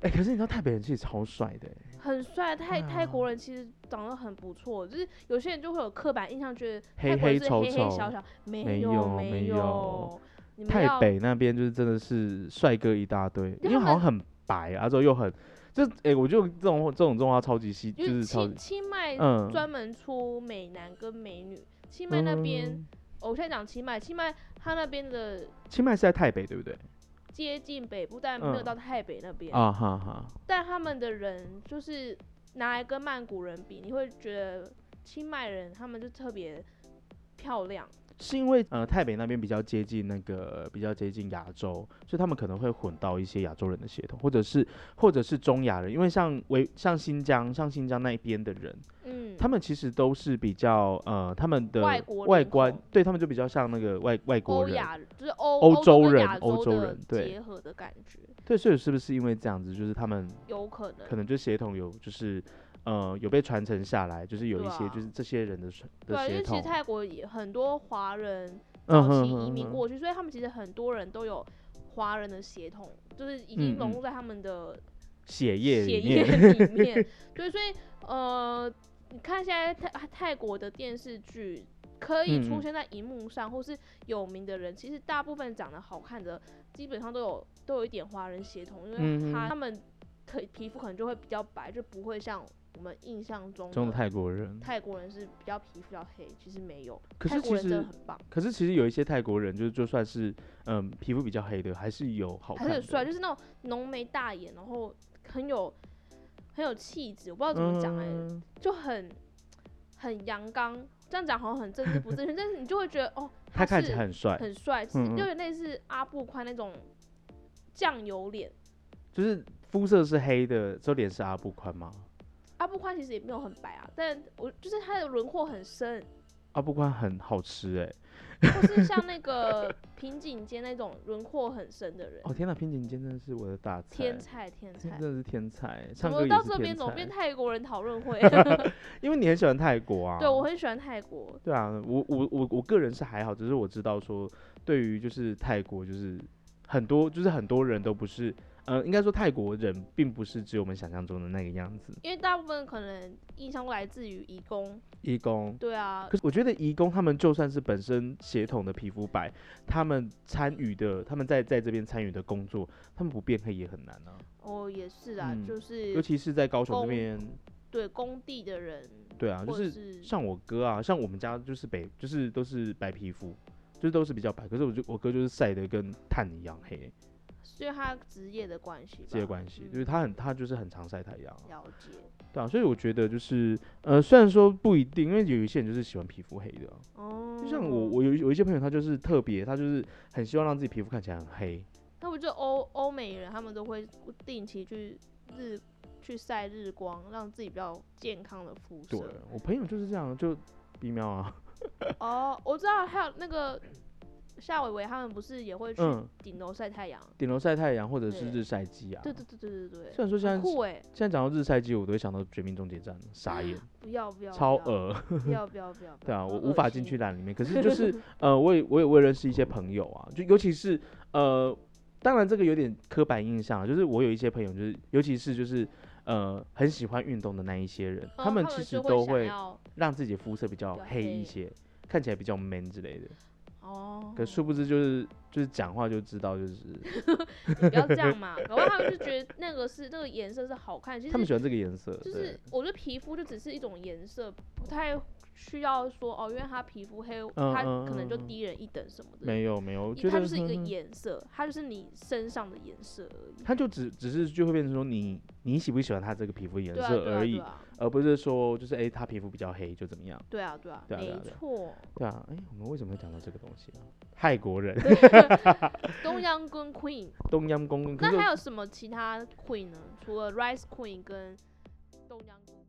A: 哎、可是你知道泰北人其实超帅的、欸，
B: 很帅。泰
A: 对啊
B: 泰国人其实长得很不错，就是有些人就会有刻板印象，觉得
A: 黑
B: 泰国
A: 黑
B: 人是
A: 丑
B: 黑
A: 丑
B: 黑小小，
A: 没
B: 没
A: 有
B: 没
A: 没有
B: 有。你们
A: 泰
B: 要
A: 欸北那边就是真的是帅哥一大堆，因
B: 因为
A: 为
B: 他
A: 好像
B: 们
A: 很白啊，之后又很，就哎、我觉得这种这种动画超级吸，就
B: 因为
A: 是超
B: 清清迈
A: 嗯
B: 专门出美男跟美女，清迈那边、
A: 嗯
B: 哦我现在讲清迈，清迈它那边的
A: 清迈是在台北对不对？
B: 接近北部，但没有
A: 嗯
B: 到太北那边。
A: 啊哈哈，
B: 但他们的人就是拿来跟曼谷人比，你会觉得清迈人他们就特别漂亮。
A: 是因为呃台北那边比较接近那个比较接近亚洲，所以他们可能会混到一些亚洲人的血统，或者是或者是中亚人，因为像维像新疆像新疆那一边的人，
B: 嗯，
A: 他们其实都是比较呃他们的
B: 外国
A: 外
B: 脸
A: 观
B: 孔，
A: 对他们就比较像那个外外国
B: 欧
A: 人，
B: 亚就是欧
A: 欧洲
B: 跟
A: 人
B: 亚
A: 欧洲
B: 的
A: 人对
B: 结合的感觉，
A: 对，所以是不是因为这样子，就是他们
B: 有可能。
A: 可能就血统有就是呃有被传承下来，就是有
B: 对
A: 一些
B: 啊
A: 就是这些人的血
B: 对啊，
A: 的
B: 因
A: 血
B: 为其
A: 统，
B: 实泰国也很多华人
A: 嗯
B: 早期
A: 哼
B: 移民
A: 哼
B: 过去，所以他们其实很多人都有华人的血统，就是已
A: 嗯
B: 经
A: 嗯
B: 融入在他们的
A: 血液
B: 血
A: 里
B: 液
A: 面，
B: 里面。对，所以呃，你看现在泰泰国的电视剧可以
A: 嗯
B: 出
A: 嗯
B: 现在荧幕上，或是有名的人，其实大部分长得好看的，基本上都有都有一点华人血统，因
A: 嗯
B: 为
A: 哼
B: 他他们可皮肤可能就会比较白，就不会像我们印象中
A: 中
B: 的
A: 的泰国人。
B: 泰国人是比较皮肤比较黑，其实没有，
A: 可
B: 泰
A: 是
B: 国
A: 其
B: 人真的
A: 实，
B: 很棒。
A: 可是其实有一些泰国人，就是就算是嗯皮肤比较黑的，还是有好
B: 还
A: 看
B: 是
A: 的。
B: 很帅，就是那种浓眉大眼，然后很有很有气质，我不知道怎么讲哎、
A: 嗯
B: 就很很阳刚。这样讲好像很政治不正确，但是你就会觉得 哦，
A: 他看起
B: 是
A: 来很帅，
B: 很帅，就是
A: 嗯嗯
B: 有点类似阿布宽那种酱油脸。
A: 就是肤色是黑的，之后脸是阿布宽吗？
B: 阿布宽其实也没有很白啊，但我就是他的轮廓很 深，
A: 阿布宽很好吃哎、
B: 或是像那个平井坚那种轮廓很深的人，
A: 哦天哪，平井坚真的是我的大菜，
B: 天才天才
A: 真。的是天才，
B: 怎
A: 唱歌
B: 么
A: 也
B: 到
A: 是
B: 这边
A: 天
B: 怎么变
A: 才。
B: 泰国人讨 论会？
A: 因为你很喜欢泰国啊，
B: 对我很喜欢泰国，
A: 对啊，我我我我个人是还好，只是我知道说，对于就是泰国，就是很多就是很多人都不是，呃，应该说泰国人并不是只有我们想象中的那个样子。
B: 因为大部分可能印象来自于移工，
A: 义工，
B: 对啊，
A: 可是我觉得移工他们就算是本身血统的皮肤白，他们参与的，他们在在这边参与的工作，他们不变黑也很难啊，
B: 哦也是啊，
A: 嗯
B: 就
A: 尤
B: 是
A: 其是在高雄这
B: 工
A: 边，
B: 对工地的人，
A: 对啊，就
B: 或者
A: 是
B: 是
A: 像我哥啊，像我们家就是北，就是都是白皮肤，就是都是比较白，可是我就我哥就是晒得跟炭一样黑。
B: 是因为他职业的关系吧，
A: 这些关系，就是
B: 嗯
A: 他很他就是很常晒太阳啊，
B: 了解，
A: 对啊，所以我觉得就是呃，虽然说不一定，因为有一些人就是喜欢皮肤黑的啊、
B: 哦，
A: 就像我我有一有一些朋友他就是特别，他就是很希望让自己皮肤看起来很黑，
B: 那不就欧欧美人他们都会定期去日去晒日光，让自己比较健康的肤
A: 对
B: 色。
A: 我朋友就是这样，就鼻苗啊，
B: 哦，我知道，还有那个夏伟伟他们不是也会去
A: 嗯，
B: 顶楼晒太阳？
A: 顶楼晒太阳或者是
B: 对
A: 日晒机啊，
B: 对对对对对对，
A: 虽然说现在
B: 很酷哎，
A: 现在讲到日晒机，我都会想到《绝命终结站》，傻眼，
B: 不要不要，
A: 超
B: 不要
A: 恶，
B: 不要不要不要，不
A: 对啊，
B: 要
A: 我
B: 很
A: 无
B: 恶
A: 法进
B: 心
A: 去烂里面，可 是就是呃，我也我也我也认识一些朋友啊，就尤其是呃，当然这个有点刻板印象啊，就是我有一些朋友，就是尤其是就是呃很喜欢运动的那一些人，
B: 嗯
A: 他们其实都
B: 就会
A: 会
B: 想要
A: 让自己肤色比较
B: 比较
A: 黑一
B: 黑
A: 些，看起来比较 man 之类的。
B: 哦，
A: 可殊不知就是就是讲话就知道，就是
B: 你不要这 样嘛，搞不好他们就觉得那个是那个颜色是好看，其
A: 他们
B: 实
A: 喜欢这个颜色，对
B: 就是我觉得皮肤就只是一种颜色，不太需要说哦，因为他皮肤黑，
A: 嗯
B: 他
A: 嗯
B: 可能就
A: 嗯嗯
B: 低人一等什么的，
A: 没有没有，我觉得
B: 它就是一个
A: 嗯嗯
B: 颜色，它就是你身上的颜色而已。
A: 他就只只是就会变成说你你喜不喜欢他这个皮肤颜
B: 对啊，
A: 色
B: 对啊，
A: 而已，
B: 对啊，
A: 而不是说就是诶，他皮肤比较黑就怎么样。
B: 对啊，对啊，
A: 对啊对啊
B: 没
A: 对啊
B: 错。
A: 对啊，哎、我们为什么会讲到这个东西啊？泰国人，
B: 东洋跟 Queen，
A: 东央公公，可
B: 那
A: 是
B: 还有什么其他 Queen 呢？除了 Rice Queen 跟豆浆姑